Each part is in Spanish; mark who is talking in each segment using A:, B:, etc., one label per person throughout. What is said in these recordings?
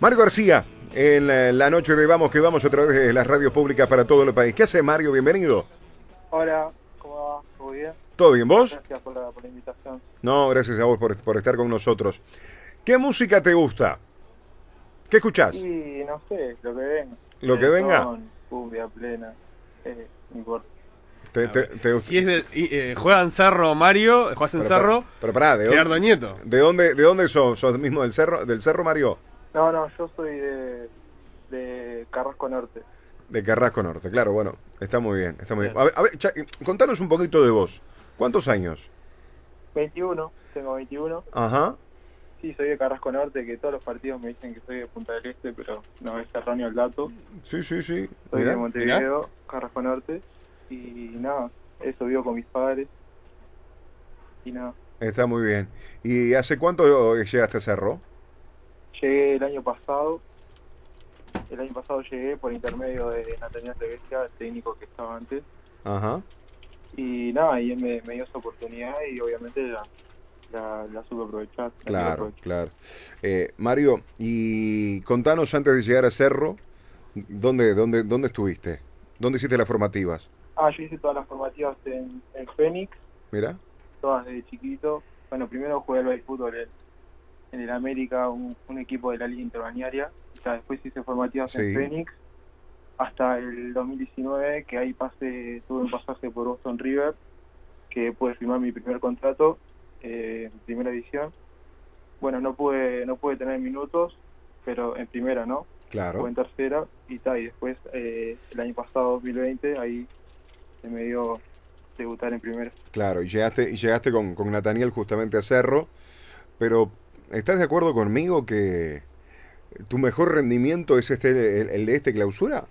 A: Mario García, en la, en la noche de Vamos que Vamos a través de las radios públicas para todo el país. ¿Qué hace Mario? Bienvenido.
B: Hola, ¿cómo va? ¿Todo bien?
A: ¿Todo bien vos?
B: Gracias por la, por la invitación.
A: No, gracias a vos por, por estar con nosotros. ¿Qué música te gusta? ¿Qué escuchás?
B: Y no sé, lo que venga.
A: Lo que venga.
B: Reggaetón, Cumbia plena, eh, no importa.
A: ¿Te, te- te gusta-
C: Si es de, y, eh, juega en Cerro Mario, juegas en
A: Pero,
C: Cerro
A: pero, pero pará, ¿de
C: Gerardo
A: dónde,
C: Nieto.
A: ¿de dónde, de dónde sos? ¿Sos mismo del cerro, del cerro Mario?
B: No, no, yo soy de, de Carrasco Norte.
A: De Carrasco Norte, claro, bueno, está muy bien, está muy bien. A ver, a ver, Cha- contanos un poquito de vos. ¿Cuántos años?
B: 21, tengo 21.
A: Ajá.
B: Sí, soy de Carrasco Norte, que todos los partidos me dicen que soy de Punta del Este, pero no es erróneo el dato.
A: Sí, sí, sí.
B: Soy
A: mirá.
B: de Montevideo, Carrasco Norte. Y nada, eso vivo con mis padres. Y nada,
A: Está muy bien. ¿Y hace cuánto llegaste a Cerro?
B: llegué el año pasado. El año pasado llegué por intermedio de Nathaniel de el técnico que estaba antes.
A: Ajá.
B: Y nada, y él me, me dio esa oportunidad y obviamente la, la, la supe aprovechar. la
A: Claro,
B: supe aprovechar.
A: claro. Eh, Mario, y contanos antes de llegar a Cerro, ¿dónde, dónde, dónde estuviste? ¿Dónde hiciste las formativas?
B: Ah, yo hice todas las formativas en, en Fénix,
A: Mira.
B: todas desde chiquito. Bueno, primero jugué al fútbol en, en el América, un, un equipo de la Liga Interbanearia. Ya después hice formativas
A: Sí.
B: en Fénix hasta el 2019, que ahí pasé, tuve un pasaje por Boston River, que pude firmar mi primer contrato eh, en primera edición. Bueno, no pude, no pude tener minutos, pero en primera, ¿no?
A: Claro.
B: Fue en tercera y tal. Y después, eh, el año pasado, 2020, ahí se me dio debutar en primera.
A: Claro, y llegaste, y llegaste con, con Nataniel justamente a Cerro, pero ¿estás de acuerdo conmigo que tu mejor rendimiento es este, el, el de este clausura?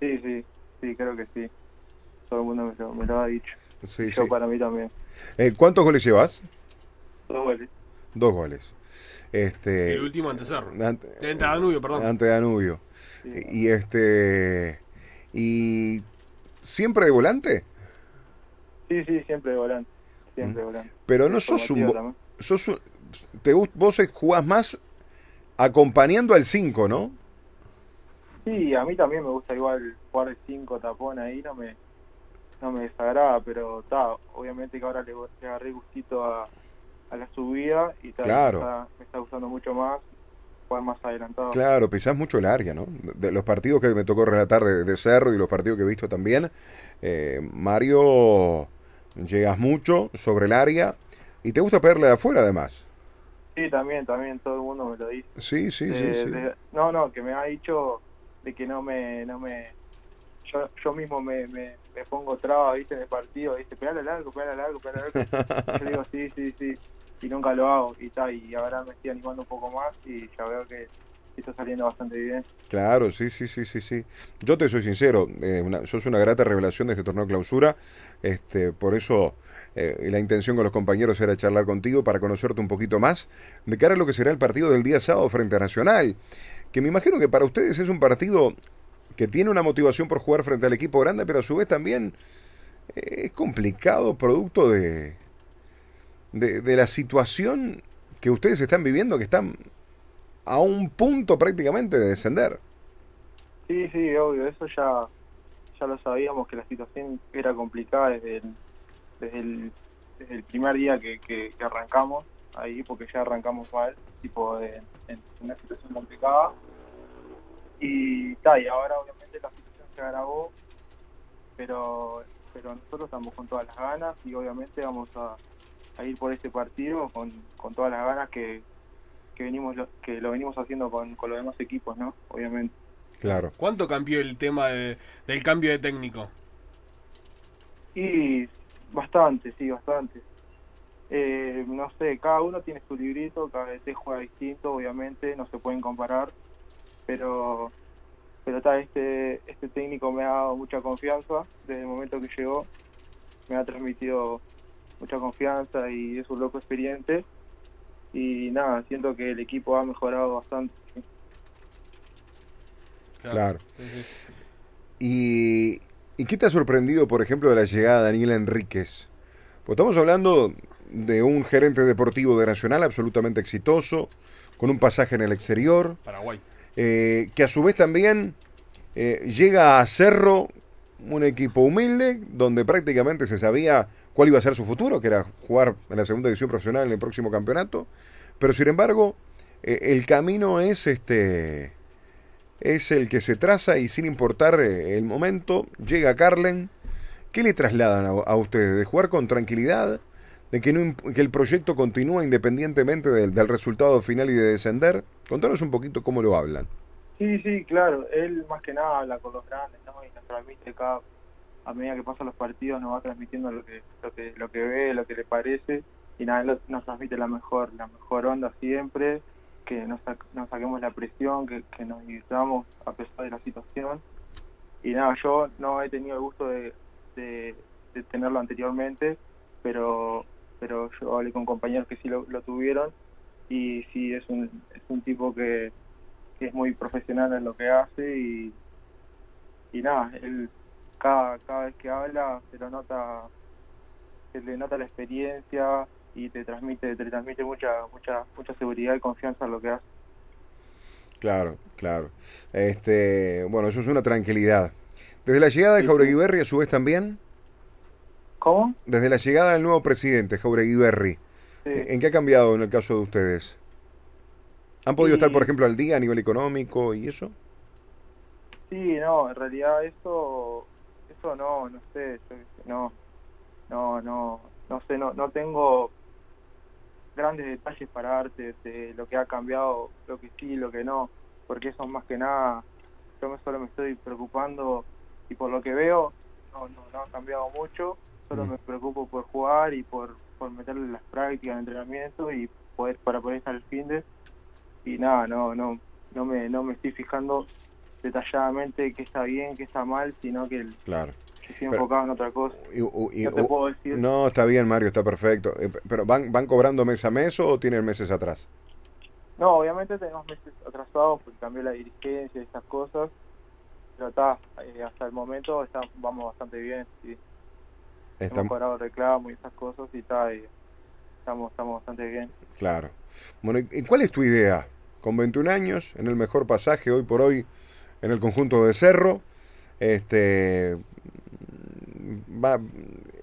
B: Sí, sí, sí, creo que sí. Todo el mundo me lo, me lo ha dicho.
A: Sí,
B: Yo
A: sí.
B: para mí también.
A: Eh, ¿Cuántos goles llevas?
B: Dos goles.
A: Dos goles. Este,
C: el último ante Cerro.
A: ante,
C: Ante Danubio, perdón.
A: ante Danubio.
B: Sí.
A: Eh, Y este y siempre de volante,
B: sí, sí, siempre de volante. Siempre de volante.
A: Mm. pero no
B: Es
A: sos un,
B: formativo
A: vo-
B: también.
A: sos un- te gust- vos jugás más acompañando al 5, ¿no?
B: Sí, a mí también me gusta igual jugar de cinco tapón ahí, no me no me desagrada, pero está, obviamente que ahora le, le agarré gustito a, a la subida y ta,
A: Claro.
B: me, está, me está gustando mucho más jugar más adelantado.
A: Claro, pisás mucho el área, ¿no? De los partidos que me tocó relatar de, de Cerro y los partidos que he visto también, eh, Mario, llegas mucho sobre el área y te gusta pegarle de afuera además.
B: Sí, también, también, todo el mundo me lo dice.
A: Sí, sí, sí,
B: de-
A: sí.
B: de- no, no, que me ha dicho de que no me, no me, yo, yo mismo me, me, me pongo trabas, viste, en el partido, dice, pegale largo, pegale largo, pegale largo. yo digo, sí, sí, sí, y nunca lo hago, y tal, y ahora me estoy animando un poco más y ya veo que está saliendo bastante bien.
A: Claro, sí, sí, sí, sí, sí. Yo te soy sincero, eh, una- sos una grata revelación de este torneo clausura, este, por eso eh, la intención con los compañeros era charlar contigo para conocerte un poquito más de cara a lo que será el partido del día sábado frente a Nacional, que me imagino que para ustedes es un partido que tiene una motivación por jugar frente al equipo grande, pero a su vez también eh, es complicado producto de, de, de la situación que ustedes están viviendo, que están a un punto prácticamente de descender.
B: Sí, sí, obvio, eso ya, ya lo sabíamos que la situación era complicada desde el, desde el, desde el primer día que, que- que arrancamos ahí, porque ya arrancamos mal, tipo de- en una situación complicada. Y, ta, y ahora obviamente la situación se agravó, pero, pero nosotros estamos con todas las ganas y obviamente vamos a, a ir por este partido con, con todas las ganas que, que, venimos, lo- que lo venimos haciendo con, con los demás equipos, ¿no? Obviamente.
A: Claro.
C: ¿Cuánto cambió el tema de- del cambio de técnico?
B: Y bastante, sí, bastante. Eh, no sé, cada uno tiene su librito, cada vez se juega distinto, obviamente, no se pueden comparar, pero pero tal, este, este técnico me ha dado mucha confianza desde el momento que llegó, me ha transmitido mucha confianza y es un loco experiente y nada, siento que el equipo ha mejorado bastante.
A: Claro.
C: Sí, sí.
A: ¿Y, y qué te ha sorprendido, por ejemplo, de la llegada de Daniel Enríquez? Pues estamos hablando de un gerente deportivo de Nacional absolutamente exitoso, con un pasaje en el exterior,
C: Paraguay.
A: eh, que a su vez también eh, llega a Cerro un equipo humilde donde prácticamente se sabía cuál iba a ser su futuro, que era jugar en la segunda división profesional en el próximo campeonato, pero sin embargo eh, el camino es este es el que se traza y sin importar eh, el momento llega Carlen. ¿Qué le trasladan a, a ustedes? De jugar con tranquilidad, de que, no imp- que el proyecto continúa independientemente del, del resultado final y de descender. Contanos un poquito cómo lo hablan.
B: Sí, sí, claro. Él más que nada habla con los grandes, ¿no? Y nos transmite cada, a medida que pasan los partidos, nos va transmitiendo lo que, lo que, lo que ve, lo que le parece. Y nada, él nos transmite la mejor, la mejor onda siempre, que nos, sa- nos saquemos la presión, que, que nos divirtamos a pesar de la situación. Y nada, yo no he tenido el gusto de, de, de tenerlo anteriormente, pero, pero yo hablé con compañeros que sí lo, lo tuvieron. Y sí, es un, es un tipo que, que es muy profesional en lo que hace y, y nada, él cada, cada vez que habla se lo nota, se le nota la experiencia y te transmite, te transmite mucha, mucha, mucha seguridad y confianza en lo que hace.
A: Claro, claro. Este, bueno, eso es una tranquilidad. Desde la llegada de
B: Sí, sí.
A: Jauregui Berri, a su vez también,
B: ¿Cómo?
A: desde la llegada del nuevo presidente, Jauregui Berri,
B: Sí.
A: ¿en qué ha cambiado en el caso de ustedes? ¿Han podido estar,
B: Y-
A: por ejemplo, al día a nivel económico y eso?
B: Sí, no, en realidad eso, eso no, no sé, yo qué sé, no, no, no, no sé, no, no tengo grandes detalles para darte de lo que ha cambiado, lo que sí, lo que no, porque eso más que nada, yo me, solo me estoy preocupando y por lo que veo, no, no, no ha cambiado mucho, solo
A: Mm.
B: me preocupo por jugar y por, por meterle las prácticas, el entrenamiento y poder, para poder estar el fin de, y nada, no, no, no me, no me estoy fijando detalladamente qué está bien, qué está mal, sino que el-
A: Claro.
B: que estoy
A: Pero-
B: enfocado en otra cosa.
A: Y- u- y-
B: No te
A: u-
B: puedo decir.
A: no, está bien, Mario, está perfecto. Eh, p- ¿Pero van, van cobrando mes a mes o tienen meses atrás?
B: No, obviamente tenemos meses atrasados porque cambió la dirigencia y estas cosas, pero está, eh, hasta el momento está, vamos bastante bien. sí.
A: Está,
B: Hemos cobrado reclamos y esas cosas y está, y estamos, estamos bastante bien.
A: claro. Bueno, ¿y cuál es tu idea? Con 21 años, en el mejor pasaje hoy por hoy en el conjunto de Cerro, este, va,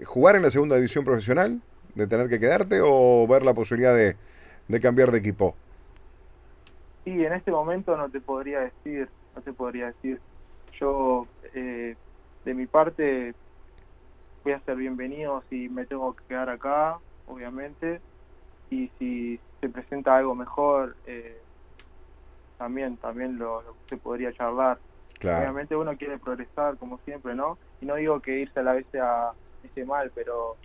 A: ¿jugar en la segunda división profesional? ¿De tener que quedarte o ver la posibilidad de, de cambiar de equipo?
B: Y en este momento no te podría decir, no te podría decir. Yo, eh, de mi parte, voy a ser bienvenido si me tengo que quedar acá, obviamente. Y si se presenta algo mejor, eh, también, también lo, lo- se podría charlar.
A: Claro,
B: Obviamente uno quiere progresar, como siempre, ¿no? Y no digo que irse a la vez a esté mal, pero,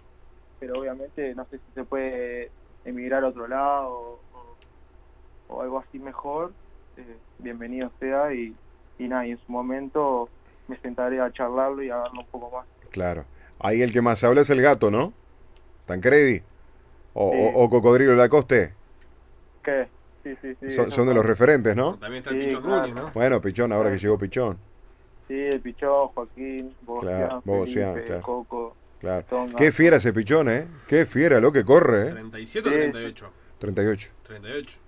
B: pero obviamente no sé si se puede emigrar a otro lado o, o- o algo así mejor. eh, bienvenido sea y, y nada, y en su momento me sentaré a charlarlo y a darle un poco más.
A: claro. Ahí el que más habla es el gato, ¿no? Tancredi. O,
B: Sí.
A: o- o Cocodrilo Lacoste.
B: ¿Qué? Sí, sí, sí.
A: Son,
B: eso
A: son de los
B: está.
A: referentes, ¿no?
C: También está el
B: Sí,
C: Pichón
B: claro.
C: Núñez, ¿no?
A: Bueno, Pichón, ahora que llegó Pichón.
B: Sí, el Pichón, Joaquín,
A: Claro,
B: Bogosian,
A: Bogosian,
B: Felipe,
A: claro.
B: Coco,
A: Claro.
B: Tonga.
A: Qué fiera ese Pichón, ¿eh? Qué fiera lo que corre, ¿eh?
C: 37 o
B: Sí.
C: 38.
A: 38.
C: 38.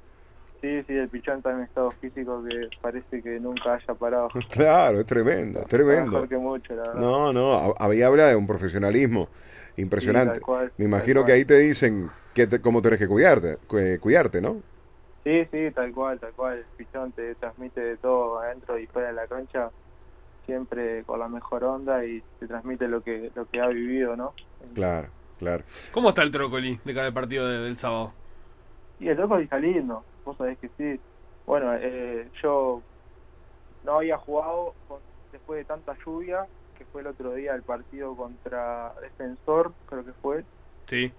B: Sí, sí, el Pichón está en un estado físico que parece que nunca haya parado.
A: Claro, es tremendo, es tremendo.
B: Mejor que mucho, la verdad.
A: No, no, ha- había habla de un profesionalismo
B: Sí,
A: impresionante.
B: tal cual,
A: Me
B: tal
A: imagino que
B: cual.
A: ahí te dicen que te- cómo tenés que cuidarte, cu- eh, cuidarte, ¿no?
B: Sí, sí, tal cual, tal cual. El pichón te transmite de todo adentro y fuera de la cancha, siempre con la mejor onda y te transmite lo que lo que ha vivido, ¿no?
A: Claro, claro.
C: ¿Cómo está el Trócoli de cada partido de- del sábado?
B: Y el loco está lindo, vos sabés que sí. Bueno, eh, yo no había jugado con- después de tanta lluvia, que fue el otro día el partido contra Defensor, creo que fue.
C: Sí.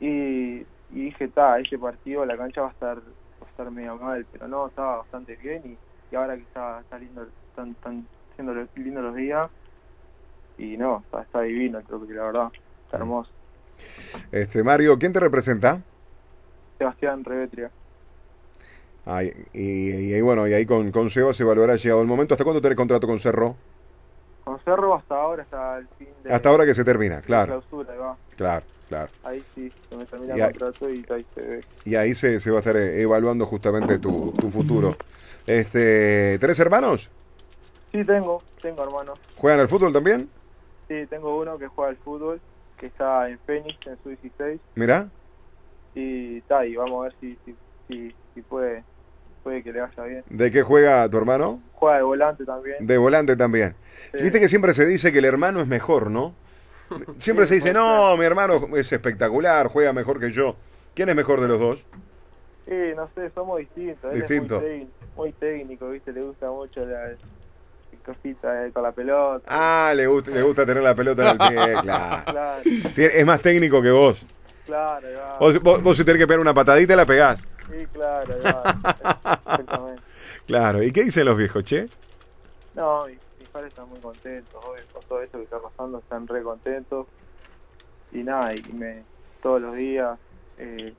B: y, y dije, ta, este partido la cancha va a estar va a estar medio mal, pero no, estaba bastante bien y, y ahora que está, está lindo, están, están siendo lo- lindos los días y no, está, está divino, creo que la verdad, está hermoso.
A: Este, Mario, ¿quién te representa?
B: Sebastián Revetria.
A: Ah, y, y- y bueno, y ahí con, con Seba se evaluará llegado el momento. ¿Hasta cuándo tenés contrato con Cerro?
B: Con Cerro hasta ahora, hasta el fin de
A: Hasta ahora que se termina,
B: de
A: claro,
B: clausura, ahí va.
A: claro. Claro.
B: Ahí sí, se me termina
A: Y
B: el
A: ahí-
B: contrato y ahí se ve.
A: Y ahí se, se va a estar eh, evaluando justamente tu, tu futuro. Este, ¿Tres hermanos?
B: Sí, tengo, tengo hermano.
A: ¿Juegan al fútbol también?
B: Sí, tengo uno que juega al fútbol, que está en Phoenix, en su 16,
A: Mirá.
B: y está y vamos a ver si, si, si, si puede, puede que le vaya bien.
A: ¿De qué juega tu hermano?
B: Juega de volante también.
A: De volante también.
B: Sí.
A: Viste que siempre se dice que el hermano es mejor, ¿no? Siempre
B: Sí,
A: se dice,
B: puede
A: no, mi hermano es espectacular, juega mejor que yo. ¿Quién es mejor de los dos?
B: Sí, no sé, somos distintos. Él
A: Distinto.
B: es muy, técnico, muy técnico, ¿viste? Le gusta mucho la cosita eh, con la pelota.
A: Ah, le gusta, le gusta tener la pelota en el pie, claro.
B: Claro,
A: Tiene- Es más técnico que vos.
B: claro, ahí va.
A: Vos, vos- vos si tenés que pegar una patadita, la pegás.
B: Sí, claro, ahí va. Exactamente.
A: Claro. ¿Y qué dicen los viejos, che?
B: No, mis, mis padres están muy contentos, obvio, con todo esto que está pasando, están re contentos. Y nada, y me, todos los días eh,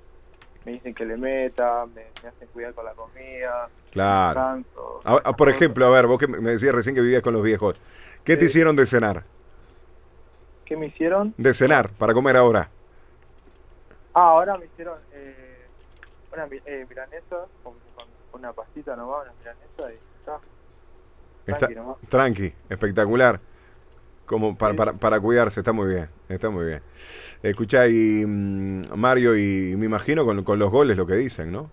B: me dicen que le meta, me, me hacen cuidar con la comida,
A: Claro.
B: tanto.
A: A- a- por ejemplo, a ver, vos que me me decías recién que vivías con los viejos, ¿qué te
B: Sí.
A: hicieron de cenar?
B: ¿Qué me hicieron?
A: De cenar, para comer ahora.
B: Ah, ahora me hicieron eh, una mi- eh, milanesa con, con una pastita nomás, una milanesa y está.
A: Está-
B: Tranqui nomás.
A: Tranqui, espectacular. Como para,
B: Sí.
A: para, para cuidarse, está muy bien, está muy bien. Escuchá, y mm, Mario, y me imagino con, con los goles lo que dicen, ¿no?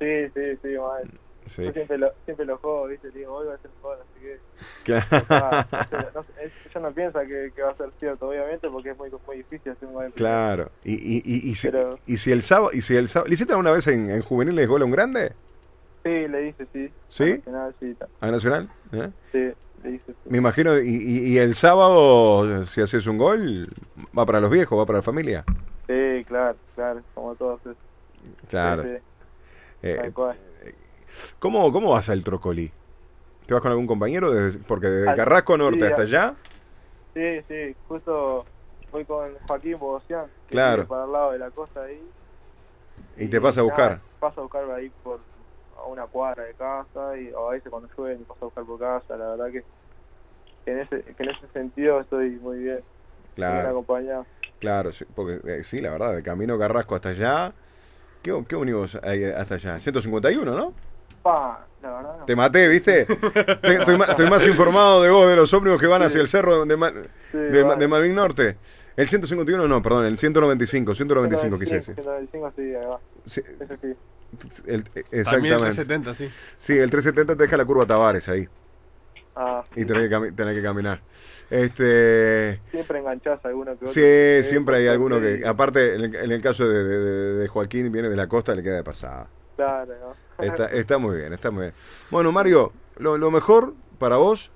B: Sí, sí, sí, mal.
A: Sí.
B: Yo siempre lo, siempre lo juego, ¿viste? Le Digo, hoy va a ser gol, así que.
A: Claro,
B: Ah, no sé, es- yo no pienso que, que va a ser cierto, obviamente, porque es muy, muy difícil hacer un gol. en primera.
A: claro. Y, y, y, y si,
B: Pero-
A: y si el sábado, y si el sábado, ¿le hiciste alguna vez en, en juveniles gol a un grande?
B: Sí, le dice sí.
A: ¿Sí?
B: Nacional, sí, ta-
A: ¿A Nacional? ¿Eh?
B: sí, le dice sí.
A: Me imagino, y, y- y el sábado, si haces un gol, va para los viejos, va para la familia.
B: Sí, claro, claro, como todos. es-
A: Claro.
B: sí,
A: Eh,
B: tal cual.
A: ¿cómo, ¿Cómo vas al Trocolí? ¿Te vas con algún compañero? Desde- porque desde
B: Al-
A: Carrasco Norte
B: sí,
A: hasta
B: a-
A: allá.
B: Sí, sí, justo voy con Joaquín Bogosian, que
A: Claro.
B: vive para el lado de la costa ahí.
A: Y te pasa a buscar.
B: nada, Paso a buscar ahí por a una cuadra de casa, y, o a veces cuando llueve me paso a buscar por casa, la verdad que, que en, ese, que en ese sentido estoy muy bien, muy bien
A: Claro,
B: acompañado.
A: claro. sí, Porque eh, sí, la verdad, de camino Carrasco hasta allá. ¿Qué, qué unimos ahí hasta allá? 151, ¿no?
B: Pa, la verdad no.
A: Te maté, ¿viste? Te- estoy, ma- estoy más informado de vos, de los ómnibus que van hacia el cerro de, Ma-
B: Sí,
A: de, Ma-
B: vale.
A: de Malvin Norte. El 151, no, perdón, el 195, 195 quise decir.
B: 195, sí, ahí va.
A: Sí,
B: Eso sí.
A: el- eh,
C: También el
A: exactamente.
C: 370, sí.
A: Sí, el 370 te deja la curva Tavares ahí.
B: Ah,
A: Y tenés que, cami- tenés que caminar. Este,
B: siempre enganchás a alguno que otro.
A: sí, siempre hay alguno que.
B: sí,
A: Aparte, en el, en el caso de, de- de Joaquín, viene de la costa, le queda de pasada.
B: Claro, ¿no?
A: Está, está muy bien, está muy bien. Bueno, Mario, lo, lo mejor para vos.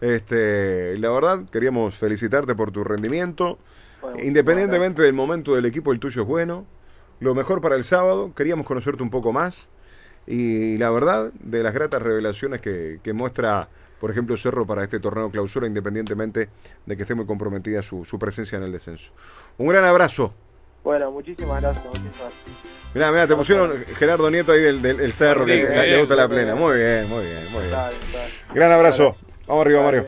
A: Este, la verdad, queríamos felicitarte por tu rendimiento.
B: Bueno,
A: Independientemente del momento del equipo, el tuyo es bueno. Lo mejor para el sábado, queríamos conocerte un poco más. Y la verdad, de las gratas revelaciones que, que muestra, por ejemplo, Cerro para este torneo clausura, independientemente de que esté muy comprometida su, su presencia en el descenso. Un gran abrazo.
B: Bueno, muchísimas gracias, muchísimas gracias.
A: Mirá, mirá, te pusieron Gerardo Nieto ahí del, del- del cerro, que,
C: Sí,
A: que le gusta la
C: bien,
A: plena. Muy bien, muy bien, muy bien.
B: Dale, dale.
A: Gran abrazo. Vamos arriba, Mario.